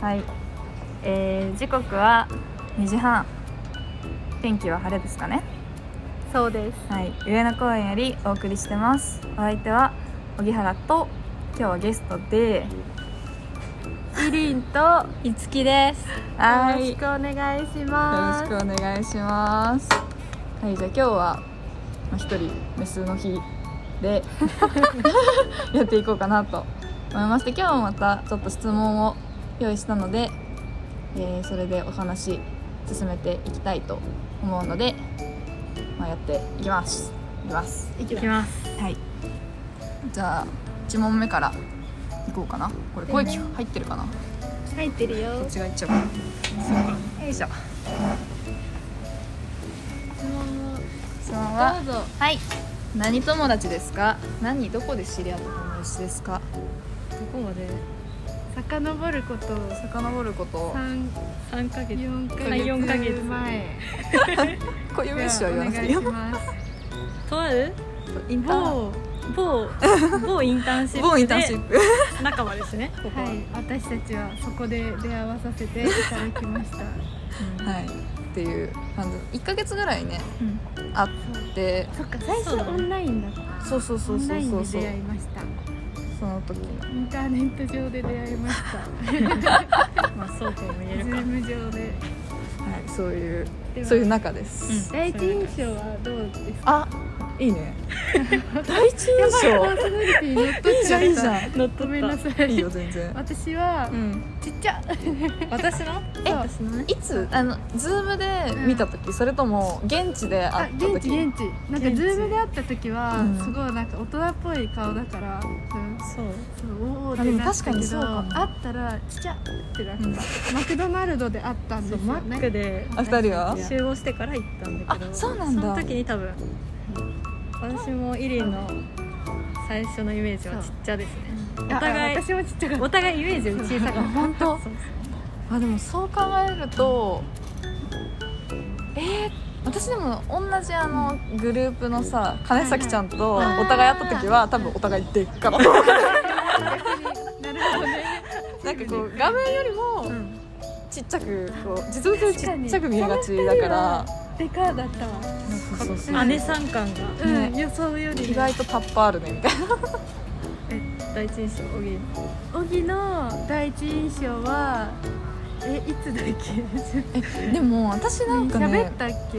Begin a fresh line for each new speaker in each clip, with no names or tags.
はい、えー時刻は2時半天気は晴れですかね
そうです
はい、上野公園よりお送りしてますお相手は荻原と今日はゲストで
キリンとよ
いつきです。
ろ
はい
しくお願いし
よ
ます
ろしくお願いします。はい、じゃあ今日はまあ一人メスの日で やっていこうかなと思いまして、今日もまたちょっと質問を用意したので、えーそれでお話進めていきたいと思うので、まあ、やっていきます。いきます。
いきます
はい。じゃあ一問目からいこうかな。これ声入ってるかな。
入ってるよ
こっちが一番。よいしょ。
質問を
質問は。
どうぞ
はい。何友達ですか。何どこで知り合った友達ですか。
どこまで？
遡ること
遡ること。
三
三ヶ月。
四ヶ
三四ヶ
月
月
前
こういう名詞
で
は
は
言わなくていい
お
よ。
願いします
とある
インターン。
某 某某インターンシップ
某
で
インターンシップ。
仲間ですね。ここは。
はい私たちはそこで出会わさせていただきました
うん
はい。っていう感じ。一ヶ月ぐらいね。
うん
あって。
そっか最
そ
初
うだね
オンラインだった
そうそう
オ
そう
ン
そ
ラ
う
イ
そ
ン
う
で
そう
出。会いました
その時の。
インターネット上で出会いました
まあそうとも言えるか。
Zoom 上で
はい。そういう。
では
そういう中です。
第一印象はどうですか
あ。いいね。第一印
パ
象。
ーソナリティに乗っ
め
取
っ
っ
ち
ち
ゃ
ゃ
い
っ
いじゃ
た
ん。
乗っ取
ご
っ
めんなさ
いいよ
い
全然。
私は
うん。
ちっちゃ
た。私の？
え
私のね。
いつあのズームで見た時、それとも現地で
あ
会った時
現地現地なんか
現地
Zoom で会った時は
うん
すごいなんか大人っぽい顔だからうん
そう。
そうおおっ
あで
て
も
なった
確か
け
に
ど
そうかも
会ったらちっちゃってなった
うん
マクドナルドで会ったんです
そ
よ
うマック
ね
で
あ二人は
集合してから行ったんだけど。
あそうなんだ
その時に多分私もイリンの最初のイメージはちっちゃですね。
お
互い
私もちっちゃかった
お互いイメージより小さかった。
本当
そうそ
あでもそう考えるとえー、私でも同じあのグループのさ金崎ちゃんとお
はいはい
互い会った時は多分お互いでっか なと思う
なるほどね
なんかこう画面よりも
ううん。
ちっちゃくこう実物よりちっちゃく見えがちだから
でかだったわ
そうそうそう
姉さん感が
う
ね
ん、予想より
意外とタッパーあるねみたいな
第一印象おぎり
小木の第一印象はえいつだっけ
でも私なんかね
喋ったっけ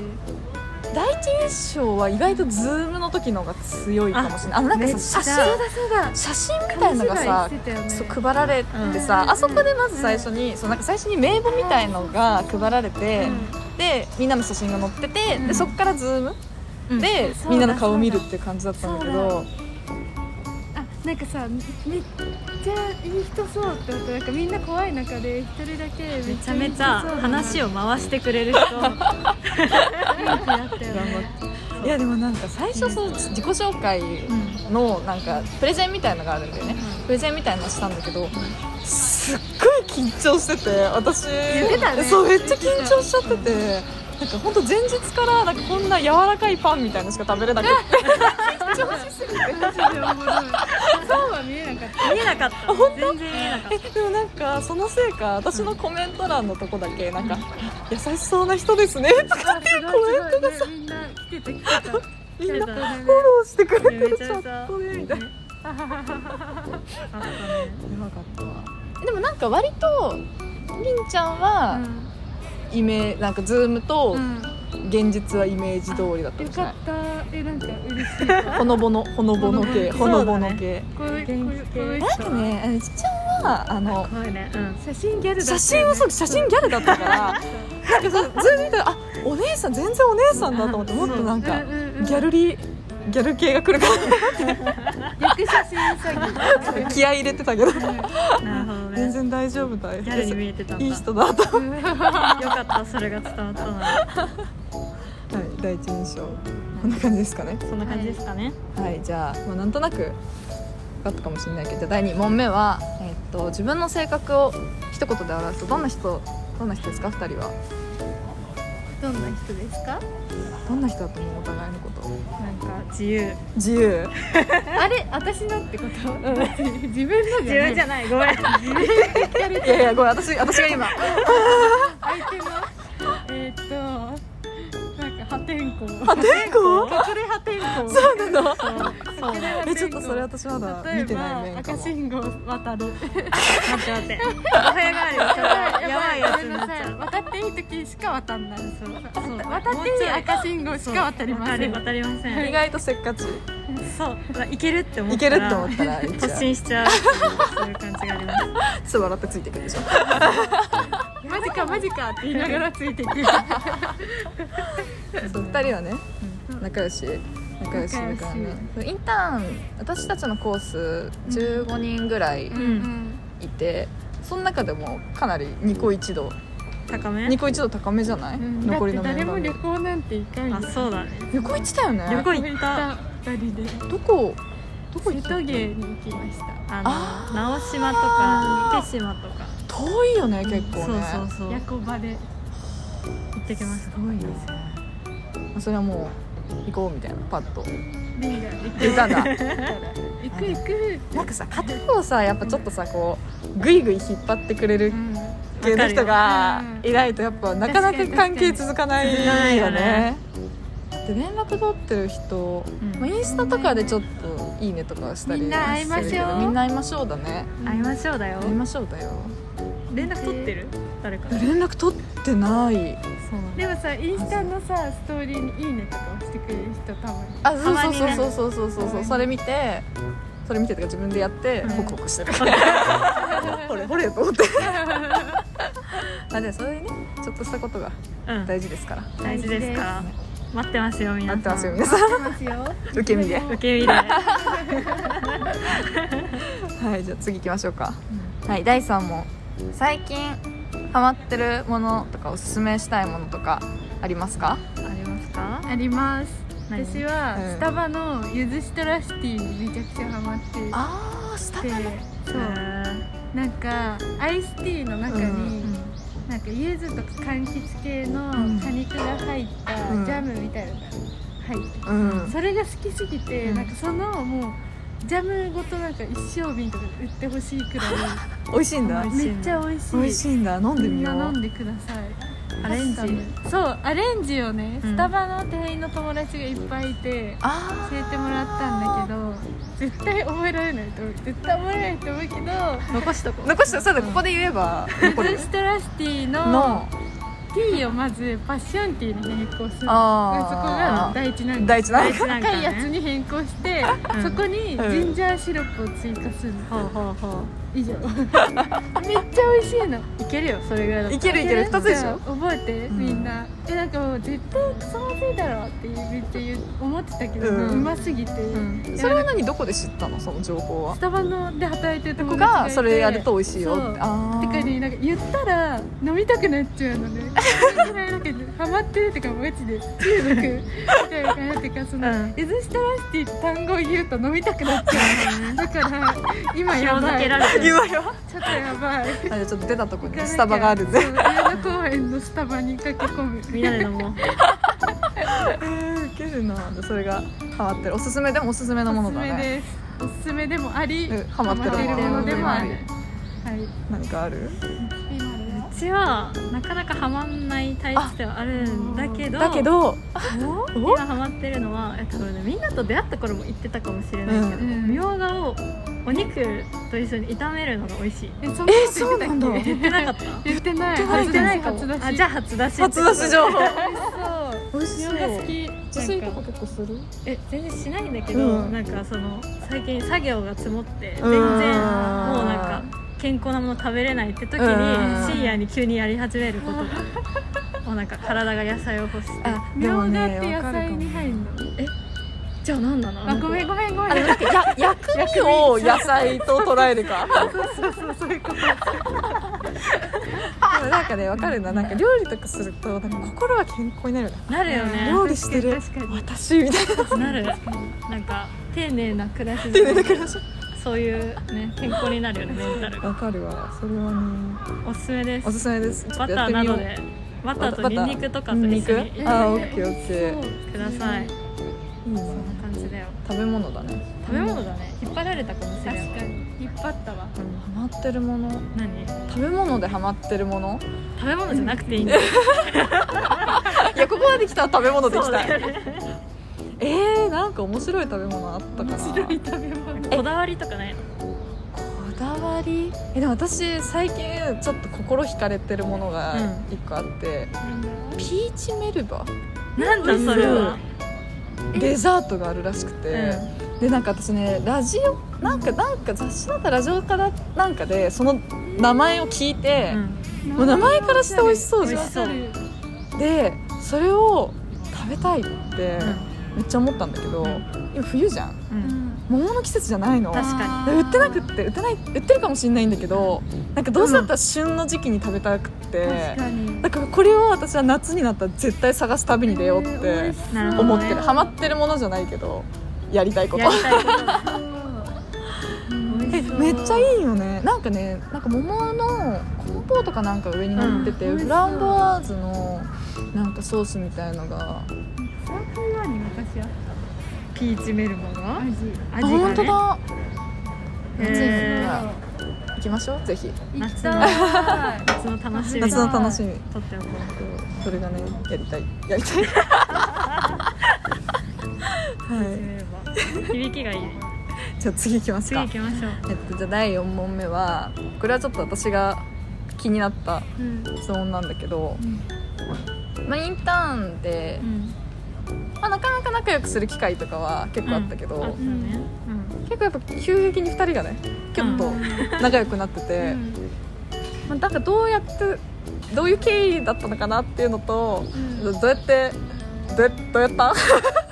第一印象は意外とズームの時の方が強いかもしれないあのなん
めっ
か
ち
さ
ゃ
写
そ
真
うだそうだ
写真みたいのがさ
紙芝居してたよね
そう配られてさ、
うん
あそこでまず最初に、そうなんか最初に名簿みたいのが配られて、でみんなの写真が載ってて、
うん
でそこからズーム、
うん
で
そうだ
みんなの顔を見るっていう感じだったんだけ
そ
ど
あなんかさめめっちゃいい人そうって思ったなんかみんな怖い中で一人だけめ
めちゃめちゃ話
を
を回してくれる人
雰囲気あったよ
頑
ね
いやでもなんか最初そう自己紹介のなんかプレゼンみたいのがあるんだよね、プレゼンみたいのしたんだけどすっごい緊張してて私
言ってたね
そうめっちゃ緊張しちゃってて、なんか本当前日からなんかこんな柔らかいパンみたいのしか食べれなくて緊張しすぎて
マジでおもろい そうは見えなかった
見えなかった全然見えなかっ
でもなんかそのせいか私のコメント欄のとこだけなんか優しそうな人ですねとか
あすごいすごいねみんな来てた来てた
みんなフォ
来てたね
ローしてく
た
れて
め
る
ち
チ
ゃ
ャ
めちゃ
ットでみたいな。
あはははは
あったね
やばかったわでもなんか割とりんちゃん
う
は
ん
イメージなんかズームと
うん
現実はイメージ通りだったん
よ
じゃない
かったえなんか嬉しい
ほのぼのほのぼの系ほ
ほ
の
の
ぼ
ぼ
の
の
系
こういうこういうこういう
なんかねあのちっちゃんはあの
怖いねうん
写真ギャルだったよ
写
ね
真はそう写真ギャルだった からなんかそうズーム見たらあお姉さん全然お姉さんだと思ってもっとなんか
うんうんうん
ギャルリーギャル系が来るか
逆写真 詐
ら気合い入れてたけど
なるほど
全
ね
然大丈夫だよ
ギャルに見えてたんだ
いい
よ
人だと思
かったそれが伝わったな
うはい第一印象こんな感じですかね
そんな感じですかね
はいじゃあ、まあ、なんとなく分かったかもしれないけどじゃあ第2問目は、えっと自分の性格を一言で表すとどんな人どんな人ですか2人は
欺
どんな人ですか
どんな人だと思うお互いのこと
なんか自由
自由
あれ私のってこと自分のじ
自
ゃな
由
い
じゃないごめん
いやいやごめん私私が今
相手のえーっとなんか破天荒
破天荒
隠れ破天荒
そうなの
そう隠れ破天荒
えちょっとそれ私まだ見てない
例えば
面か
赤
も
信号渡る
待って待っておはようがあるよやばいや
ご
つ
め
に
ん
な
な
っち
さ
ゃ
いう渡っていい時しか渡んない
そう
そう
そう
渡っていい赤信号しか渡りません
渡りません、
意外とせっかち
そういけるって思
い
った
け
ら
るって思ったら言っちゃう
突
ちょ
進しちゃうそういう感じがあります
っと笑ってついてくるでしょ
マジかマジかって言いながらついていく
そう2人はね仲良し仲良しだからねインターン私たちのコース15人ぐらい
ん
いて、その中でもかなりニコ一度
高め
ニコ一度高めじゃない、
うんだ
残
っ
り
て
のメン
誰
バ
も
ーで
旅行なんて行かんよ
あそうだね
旅行一だよね
旅行行った
二人で
どこどこ行
瀬
った
戸芸に行きました
あ
あー
の直島とか手島とか
遠いよね結構ね、
そうそうそう
夜
行
行場で
ってきまし
すごいねまあそれはもう行こうみたいなパッと
リーダー
言ったんだ
行く行く
なんかさ片方さやっぱちょっとさこうグイグイ引っ張ってくれる系の人がいないとやっぱなかなか関係続かない
確かに
よね。で連絡取ってる人、
うん
まあ、インスタとかでちょっと「いいね」とかしたり
みんな会いましょう
するけどみんな会いましょうだね
た会いましょうだよ
会いましょうだよ
連絡取ってる誰か
連絡取ってない
そうなんだ
でもさインスタのさストーリーに「いいね」とか押してくれる人たまに
あ
たま
そう
にね
そうそうそうそうそうそうそれ見てそれ見てとか自分でやって
うん
ホクホクして るほれほれと思って まあでもそういうねちょっとしたことが
うん
大事ですから
大事ですから
ね
待ってますよ
な
皆さ
っ
ん
てますよ皆さん
待ってますよ
受け身で
受け入れ
はいじゃあ次行きましょうか、はい第3問最近ハマってるものとかおすすめしたいものとかありますか
ありますか
あります
何
私は
うん
スタバのゆずしトラシティにめちゃくちゃハマってい
ああスタ
てそうなんかアイスティーの中になんか柚子とか柑橘系の
うん
果肉が入った
うん
ジャムみたいなのが入って
うん、うん
それが好きすぎて、
うん
なんかそのもうジャムごとなんか一升瓶とかで売ってほしいくらい
美味しいんだ
美味しい
めっちゃ美味しい
美味しいんだ飲んで
みん
みよう
な飲んでください
アレ
パス
ンジ
タねそうアレンジをね、
うん
スタバの店員の友達がいっぱいいて
あ
教えてもらったんだけど絶対覚えられないと思う絶対覚えられないと思うけど
残しとこ
ー残したそうだここで言えば残る
ブルストラシティの
の
ティーをまずパッションティーに変更するそこが
あー
第一なんです
第一な
大
い
事なんか
高いやつ
ね
に変更して、
うん
そこにジンジャーシロップを追加する
ほうほうほ
以上 めっちゃ美味しいの
ういけるよそれぐらいだ
いけるいける2つでし
じゃあ
ょ
覚えて
うん
みんな、えなんかもう絶対クソまずいだろってめっちゃ言う思ってたけど、う
うん
ますぎて、
うん
それは何どこで知ったのその情報は
スタバので働いてる
こ
友
こ
達がいて
がそれやると美味しいよ
そう
ってあ
てか ねなんか言ったら飲みたくなっちゃうのねなんかねハマってるってかマジで中毒みたいな感じっていうかその、
うん
ゆずしたらしてって単語を言うと飲みたくなっちゃうのねだから今や
紐
ば
付
い
け
ちょ
られてる
わよ
っとやばい
あじゃあちょっと出たとこにスタバがあるぜ
そう上野公園のスタバに駆け込む
みんなで飲もう
ウケるなそれがハマってるおすすめでもおすすめのものだね
おすすめですおすすめでもあり、
うんハマってる
ハマってるものでもあ
う
る
ん
はい
何かある
今
うちはなかなかハマんない体質ではあるんだけど
だけど
今ハマってるのはえ多分ねみんなと出会った頃も言ってたかもしれないけど
うんうん
みょうが、をお肉と一緒に炒めるのが美味しい
えそん
えそうなんだ
こと言ってたっ
言ってなかった
け言ってない
言ってない
かも
初出し
あじゃあ初出し
初出し情報
そう
美味し
みょ
そう
が好き
自炊とか結構する
え全然しないんだけど、
うん
なんかその最近作業が積もって全然
うん
もうなんか健康なもの食べれないって時に
うん
深夜に急にやり始めることがもうなんか体が野菜を欲して
あ
みょうがって野菜に入るの
じゃあ何なの
あごめん
ん
ごめんごめん
あでもなんかや薬味を野菜と捉えるか
そうそうそういうこと
でもなんかねわかるななんか料理とかするとなんか心が健康になるよね
なるよね
料理してる
確かに
私みたいな
なるなんか丁寧な暮らし
丁寧な暮らし
そういうね健康になるよねメンタルが
わかるわそれはね
おすすめです
おすすめですちょ
バ
っと
タ
やっ
ー
て
な
みよ
ど
う
でバターとニンニクとかと一緒
ニ
に
ンニク
入れて
あーオッケーオッケ
そう
くださ
ーい
い
いね
そんな感じだよ
食べ物だね
食べ物だね引っ張られたかもしれ
確
ない
かに引っ張ったわ
うんハマってるもの
何
食べ物でハマってるも の
食べ物じゃなくていいんだよ
いやここまで来たら食べ物でき
そう
た
だ
い
よね
えー、なんか面白い食べ物あったかな
面白い食べ物
こだわりとかないの
こだわりえでも私最近ちょっと心惹かれてるものが一個あって、ピーチメルバ
なんだそれは
デザートがあるらしくて、でなんか私ねラジオなんかなんか雑誌だったらラジオからなんかでその名前を聞いて、
うん
もう名前からして美味しそうじゃん
美味しそう
でそれを食べたいってめっちゃ思ったんだけど、
うん
今冬じゃん
うんうん
桃の季節じゃないの
確か
で売ってなくって売ってない売ってるかもしれないんだけどなんかどうせだったら旬の時期に食べたくって、
確かに
だからこれを私は夏になったら絶対探す旅に出ようっ
えー美
て
味しそう
なるほど
思ってるハマってるものじゃないけどやりたいこと
やりたいこ
う
と
ん
美
え
味しそう
めっちゃいいよねなんかねなんか桃のコンポートかなんか上に乗ってて、
うん
フランボワーズのなんかソースみたいのが
サーフィーワに昔あっ
ピーチメルバが
た味
あ
味が
本当
ね
だ
へー
夏に行行きましょうぜひ
行きたい
夏の楽しみ
夏の楽しみ
とっておこう
それがねやりたいやりたいは
響きがいい
いじゃあ次行きます
次
か
行きましょう
えっと、じゃあ第4問目はこれはちょっと私が気になった
うん
質問なんだけど、
うん
まあ、インターンで、まあ、なかなか仲良くする機会とかは結構あったけど、
うんあったね
結構やっぱ急激に2人がねキュッと仲良くなってて、まあ、なんかどうやってどういう経緯だったのかなっていうのと、
うん
どうやってどうやどうやった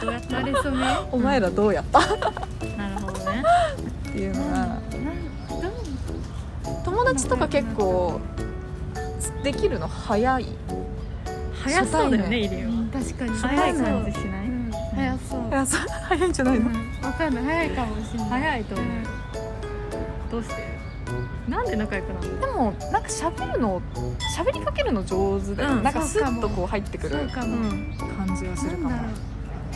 どうやった
な
ら
れそめなん
お前らどうやったっ
なるほどね
ていうのが
どう
友達とか結構できるの早い
早そうだよねイリオは
確かに
早い感じしな
う
い
ん早そう
いやそ早いんじゃないの、
わかんない早いかもしれない
早いと思う
うん
どうしてなんで仲良くなるの
でもなんか喋るの喋りかけるの上手で、
うん
なんかス
そうか
ッ
も
とこう入ってく
そ
る
うかも、
感じがするかも
なんだろ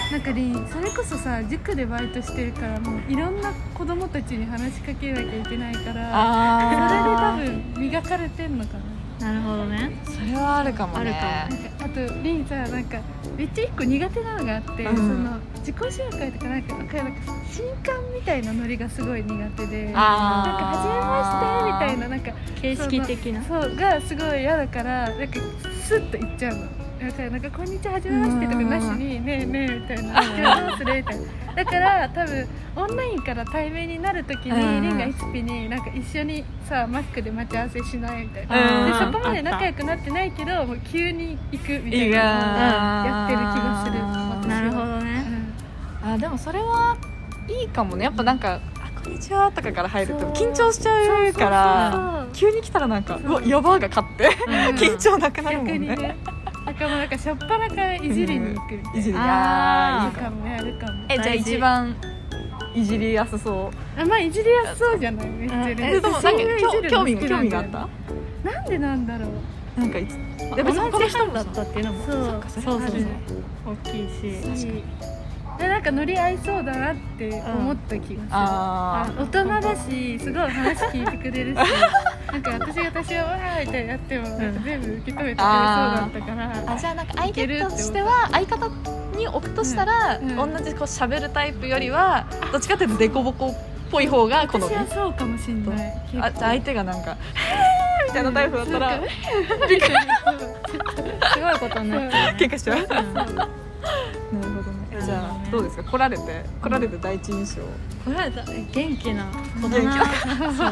うなんかりそれこそさ塾でバイトしてるからもういろんな子供たちに話しかけなきゃいけないからそれで多
あ
分磨かれてんのかな
なるほどね
あそれはあるかもね
ある
なんかあとりんさなんかめっちゃ一個苦手なのがあって、
うん
その自己紹介とかなんかなんか新刊みたいなノリがすごい苦手でなん
あ
か
ー
初めましてみたいななんか
形式的な
そうがすごい嫌だからなんかスッと言っちゃうのだからなんか「こんにちははじめまして」とかなしに「ねえねえ」みたいな「今日どうする?」みたいなだから多分オンラインから対面になる時
う
に
ん
リンがイスピになんか一緒にさマックで待ち合わせしないみたいな
うん
でそこまで仲良くなってないけどもう急に行くみたいなのをやってる気がする
いやー
私は
なるほ
うん
どね
あでもそれはいいかもねやっぱなんか「あこんにちは」とかから入ると
そう
緊張しちゃうから
そうそう
急に来たらなんか「
そう
うわやば」が勝って
うん
緊張なくなるもん
逆に
ね
ねだからもうなんかしょっぱなからいじりに行くみた
い
い
じり
な
あーい
ある
いか
か
も
もねあるかも
えじゃあ
大事
一番いじりやすそう
あまあいじりやすそうじゃないめっちゃ
え
えでもなんか
そういういじるの
興味
好き
興
な
味
んだ
があ
よ
っ
ね
た
なんでなんだろう
なんかいつ
で
でも
も
そ
そ
こ
こ
の
の
人
人
も
だったっていうのも
そう
そっかそれは
ある
ある
ね
ね大きいし
でなんか乗り合いそうだなって思った気が
あ
する、大人だしすごい話聞いてくれるしなんか私が私はわーみたいにやってもなんか全部受け止めてくれそうだったから、
あじゃあなんか相
いける
手と
って思った
しては相方に置くとしたら、
うんうん
同じこう喋るタイプよりはどっちかっていうと凸凹っぽい方が好み
私はそうかもしんない
あじゃあ相手がなんか「へ ーみたいなタイプだったら
うん
すごいことになっちゃうね
喧嘩しちゃうなる
うん
ほどねえじゃ
なる
あ
ほどね
どうですか来られて来られて第一印象
来られたえ元気な子だ
元気
なそ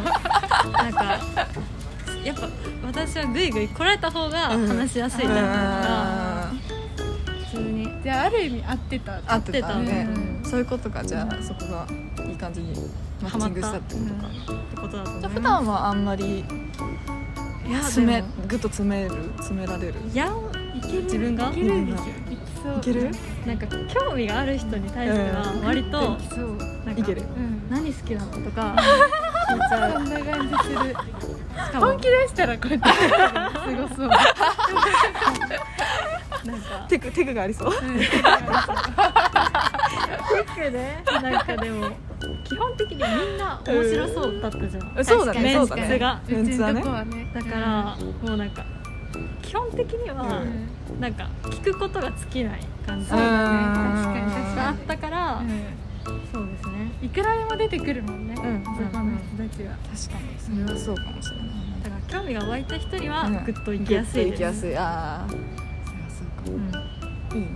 うなんかやっぱ私はグイグイ来られた方が話しやすいタイプだから、
あ
普通に
じゃあある意味合ってた
合ってたね
合ってた
うんそういうことかじゃあそこがいい感じにマッチングしたってことかじ
ってことだと思います
ゃあ普段はあんまり
いや
詰め
でも
ぐっと詰める詰められる
いや
いける
自分が
いけるでしょい
いける
き
なんか興味がある人に対しては
うん
割と
できそう
な
い
んか
ける
うん
何好きなのとか聞いちゃ
そんな感じする
うしかも
本気出したらこうやってすごそう
なんか
テクテクがありそう
なんかでも基本的にみんな面白そうだったじゃん、
そうだね
メ
そ
ン
う
ツ
だ
が、
ねメ
う
ン
ち
ツだ
のと
ね
こはね
だから、もうなんか基本的には、
うん
なんか聞くことが尽きない感じ
そう
が
だね確かに確
あ
か
ったから、
に
そうですね
うんいくらでも出てくるもんね
うん
そこの人たちは
確かにそれはそうかもしれない
だから興味が湧いた人には
うん
グッと行きやすい
行
です
きやすいああそれはそうかも
う
いい
ん
ね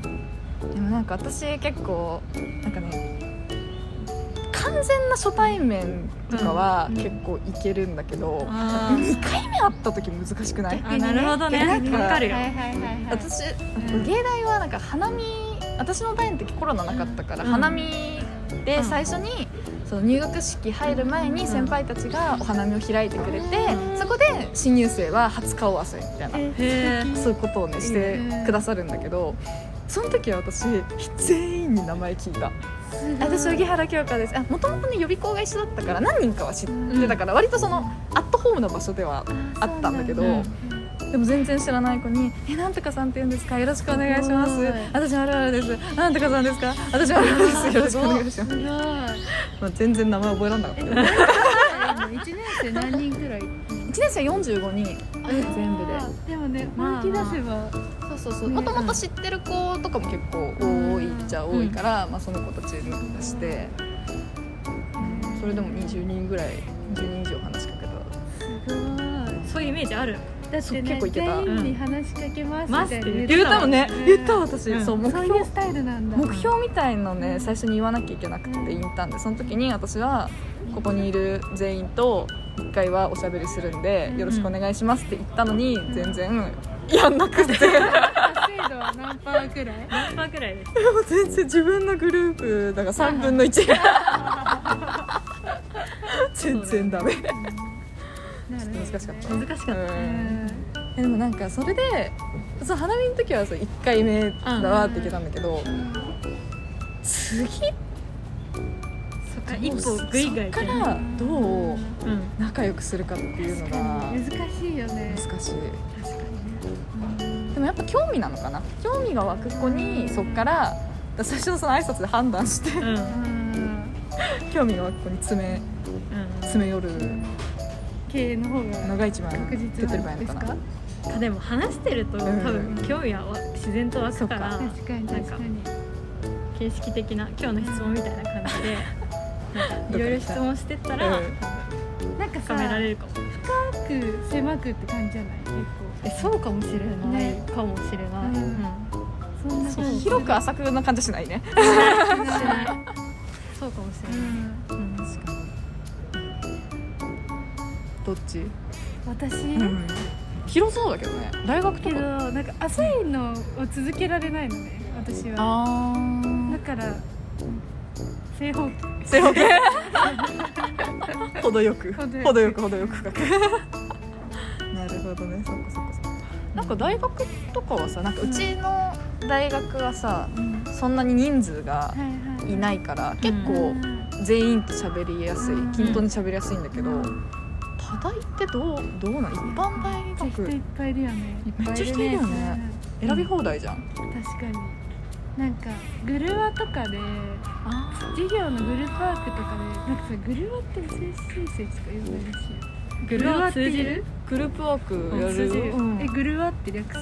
でもなんか私結構なんかね完全な初対面とかは
うん
結構いけるんだけど、
あー
2回目会った時難しくない
あなるほどね
なんか
わかるよ、
はいはいはいはい
私、
ん
芸大はなんか花見私の代の時コロナなかったから、
うん
花見で最初に、その入学式入る前
うん
に先輩たちがお花見を開いてくれて、
うん
そこで新入生は初顔合わせみたいな、
え
へー
そういうことをねしてくださるんだけど、その時は私全員に名前聞いた
すごい
私荻原京香ですあもともとね予備校が一緒だったから何人かは知ってたから、割とそのアットホームな場所ではあったんだけど、
そうなんだ
でも全然知らない子に「えなんとかさんって言うんですかよろしくお願いします
すごい
私あるあるですなんとかさんですか私あるあるですよろしくお願いします
すごい」
まあ、全然名前覚えらんなかった1年
一年生何人くらい
生45人全部で
あーでもね
まあ
本気出せば
そうそうそう
ね
もともと知ってる子とかも結構多いっちゃ多いから、まあ、その子たちに出して、それでも20人ぐらい20人以上話しかけた
すごい
そういうイメージある
だって
そう結
ね
構いけた
全員に話しかけます
うん
みたいな
マスク
言ったもんね言った
わ
私、
うん
そう目
そう
標
いうスタイルなんだ
目標みたいのね、
うん
最初に言わなきゃいけなく
うん
てインターンでその時に私はここにいる全員と1回はおしゃべりするんで、
うん
よろしくお願いしますって言ったのに全然やんなくて
達成度は何パーくらい
何パーくらいです
全然自分のグループだから3分の1が 全然ダメ
なるほどね
難しかった
難しかっ
う
うんん
でもなんかそれでそう花見の時はそう1回目だわっていけたんだけど、次
た、そっか一歩ぐいぐいい
そ
け
っ
る
からどう
うん
仲良くするかっていうのが
難しいよね
難しい
確かに
でもやっぱ興味なのかな興味が湧く子にそっから最初のその挨拶で判断して
うんうん
うん
興味が湧く子に詰め詰め寄る
経営の方が
のが一番
確
手っ
実
取り
な
早
ん
い
で
の
す
か
か
な
あでも話してると多
うん
分興味はわ自然と湧くから
確かに確かに
形式的な今日の質問みたいな感じでなんかいろいろ質問してったら
うん
なんか
深
さ
められるかも
深く狭くって感じじゃない結
えそうかもしれない
ね
かもしれな
う
い
ん
うん
構そんな感じ
広く浅くな感じしないね
しないそうかもし
う
れない
ん
うん
確かにどっち、
私
広そうだけどね大学と
けど
か
なんか浅いのを続けられないのね私は
あ
だから正方形
あ正方形程よく
程よく
程よく程よくかけなるほどねそっかそっかそっかなんか大学とかはさなんかうちの大学はさ、そんなに人数が
はいはい
いないから結
う
構
ん
全員と喋りやすい
うん
均等に喋りやすいんだけど
うん
多大ってどうどうなの一般大
めっちゃ人
学
いっぱいいるよね
めっちゃ人いるよね選び放題じゃん
うん確かになんかグルワとかで
あ
授業のグループワークとかでなんかさグルワって先生とか呼んだらしいよ
グルーは通じる
グループワークや
通じ
る
る
うん
えグルワって略す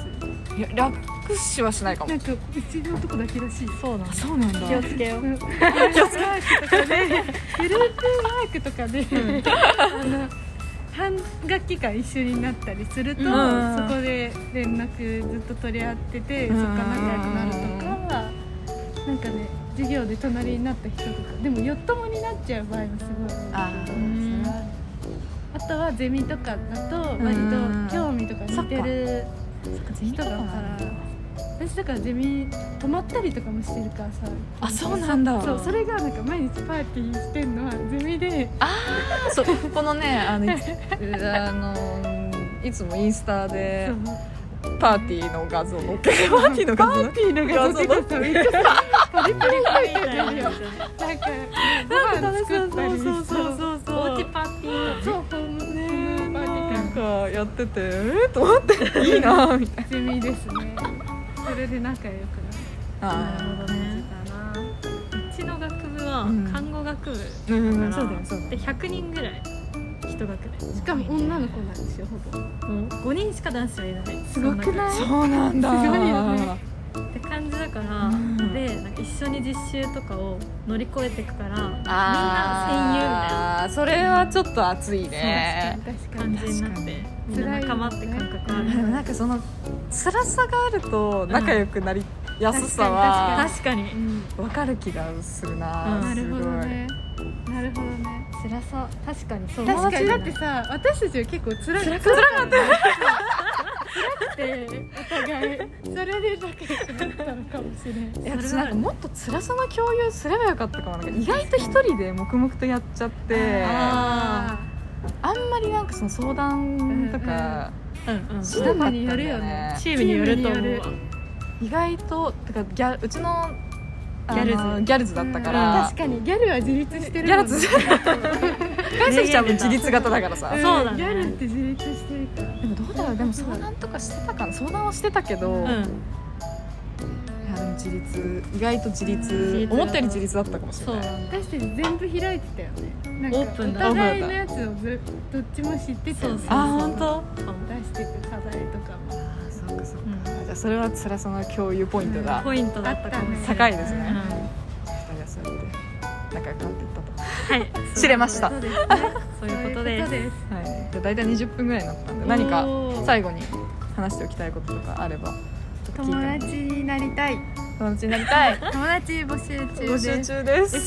いや楽しはしないかも
なんかうちのとこだけらしいよ
そうなんだ
そうなんだ
気をつけよう
うんグループワークとかでグループワークとかで、あの半学期間一緒になったりすると、
うん
そこで連絡ずっと取り合ってて、
うん
そこから仲良くなるとか、なんかね授業で隣になった人とかでもよっともになっちゃう場合もすごい
あ
あ
ー
あとはゼミとかだと割
うん
と興味とか似てる人がから私だからゼミ泊まったりとかもしてるからさ
あそうなんだ
そうそれがなんか毎日パーティーしてんのはゼミで
そう このねあのいあのいつもインスタで
そう
パーティーの画像のパーティーの画像
ティーの画像とかめっちゃさパリパリ書いてあるよなんかご飯作ったり
そうそうそうそうおうちパーティー
そうホーム
ね
パーティー
な
感
んかやっててえーと思っていいなみたい
地味ですねそれで仲良く
な
なって
あー
なるほどねうちの学部は
うん
看護学部だから、
うんそうだよそうだよ
で100人ぐらい一学年
しかも女の子なんですよほぼ
もう5人しか男子はいない
すごくない
そ
そ
うなんだ
すごいよね
んなって感じだから、
うん
でなんか一緒に実習とかを乗り越えていくからみんな
あーそれはちょっと熱いね
確
戦友みたいな感じになってみんな仲間って感覚ある、
でもなんかその辛さがあると仲良くなりやすさは
確かに
うん
分かる気がするな、
うん
な
す
る
ご
ほ
い
どねなるほどね
辛さ確かにそう
確かにだっ
だっててさ
さ私たちは結構辛く
辛かったよ
お互いそれで仲良くなったのかもしれない
いや私
それは
なんかもっと辛さの共有すればよかったかもなんか意外と一人で黙々とやっちゃってあ
あ
んまりなんかその相談とか
ーうんうん
しなかったんだ
チ
よ
ームによるよ
ね
ね
チームによると思
チームに
う
よる
意外とてかギャうちのあの
ギャルズ
ギャルズだったから、
うん確かにギャルは自立して
ギ
る
ャ
もん
ルズ解釈ちゃんも自立型だからさ
ん
そうだね
ギャルって自立してるから
でもどうだろうでも相談とかしてたかな相談はしてたけど、
う
いや
ん
でも自立意外と自立
自立
思ったより自立だったかもし
そ
れ
う
ない
だね
私たち全部開いてたよねなんか
オープン
お
だ
互いのやつをずどっちも知ってたよね
そうそう
あ本当
出してく課題とかも
あそうかそう
うん
かじゃあそれは辛さの共有ポイントだ、
ポイントだったかもしれ
高
ない
いです
う
ね、
ん
二人はそうやって仲良くなっていったと
はい
知れました
そういうことですそういうことです
そういう
はいじゃあ大体20分ぐらいになったんで
おー
何か最後に話しておきたいこととかあればちょっと聞いても
友達になりたい
友達になりたい
友達募集
募
中
集
です
中です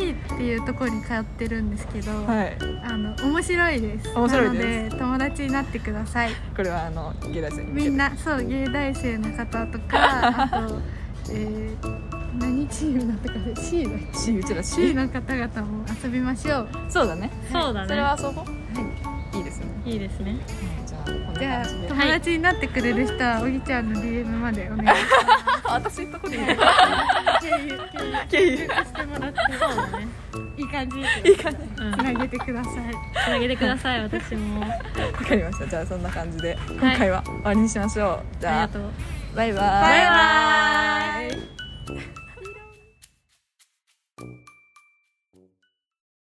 SNC っていうところに通ってるんですけど、
はい
あの面白いです
面白いで
なので友達になってください
これはあの池田さんに向け
み
て
んなそう芸大生の方とかあ と、えー何チームだったかで C だ
C うちら
C
C
の方々も遊びましょう
そうだね
そうだね
それは遊ぼういいですね
いいですね
じゃあこんな
じゃあ
感じで
友達になってくれる人はおぎちゃんの DM までお願いします
あ私のと こでいいの
経由
経由
してもらって
そうだね
いい感じで
いい感じ
うん
つなげてください
つなげてください私も
わかりましたじゃあそんな感じで今回は終わりにしましょう、じ
あり
ゃ
が
あ
とう
バイバイ
バイバイ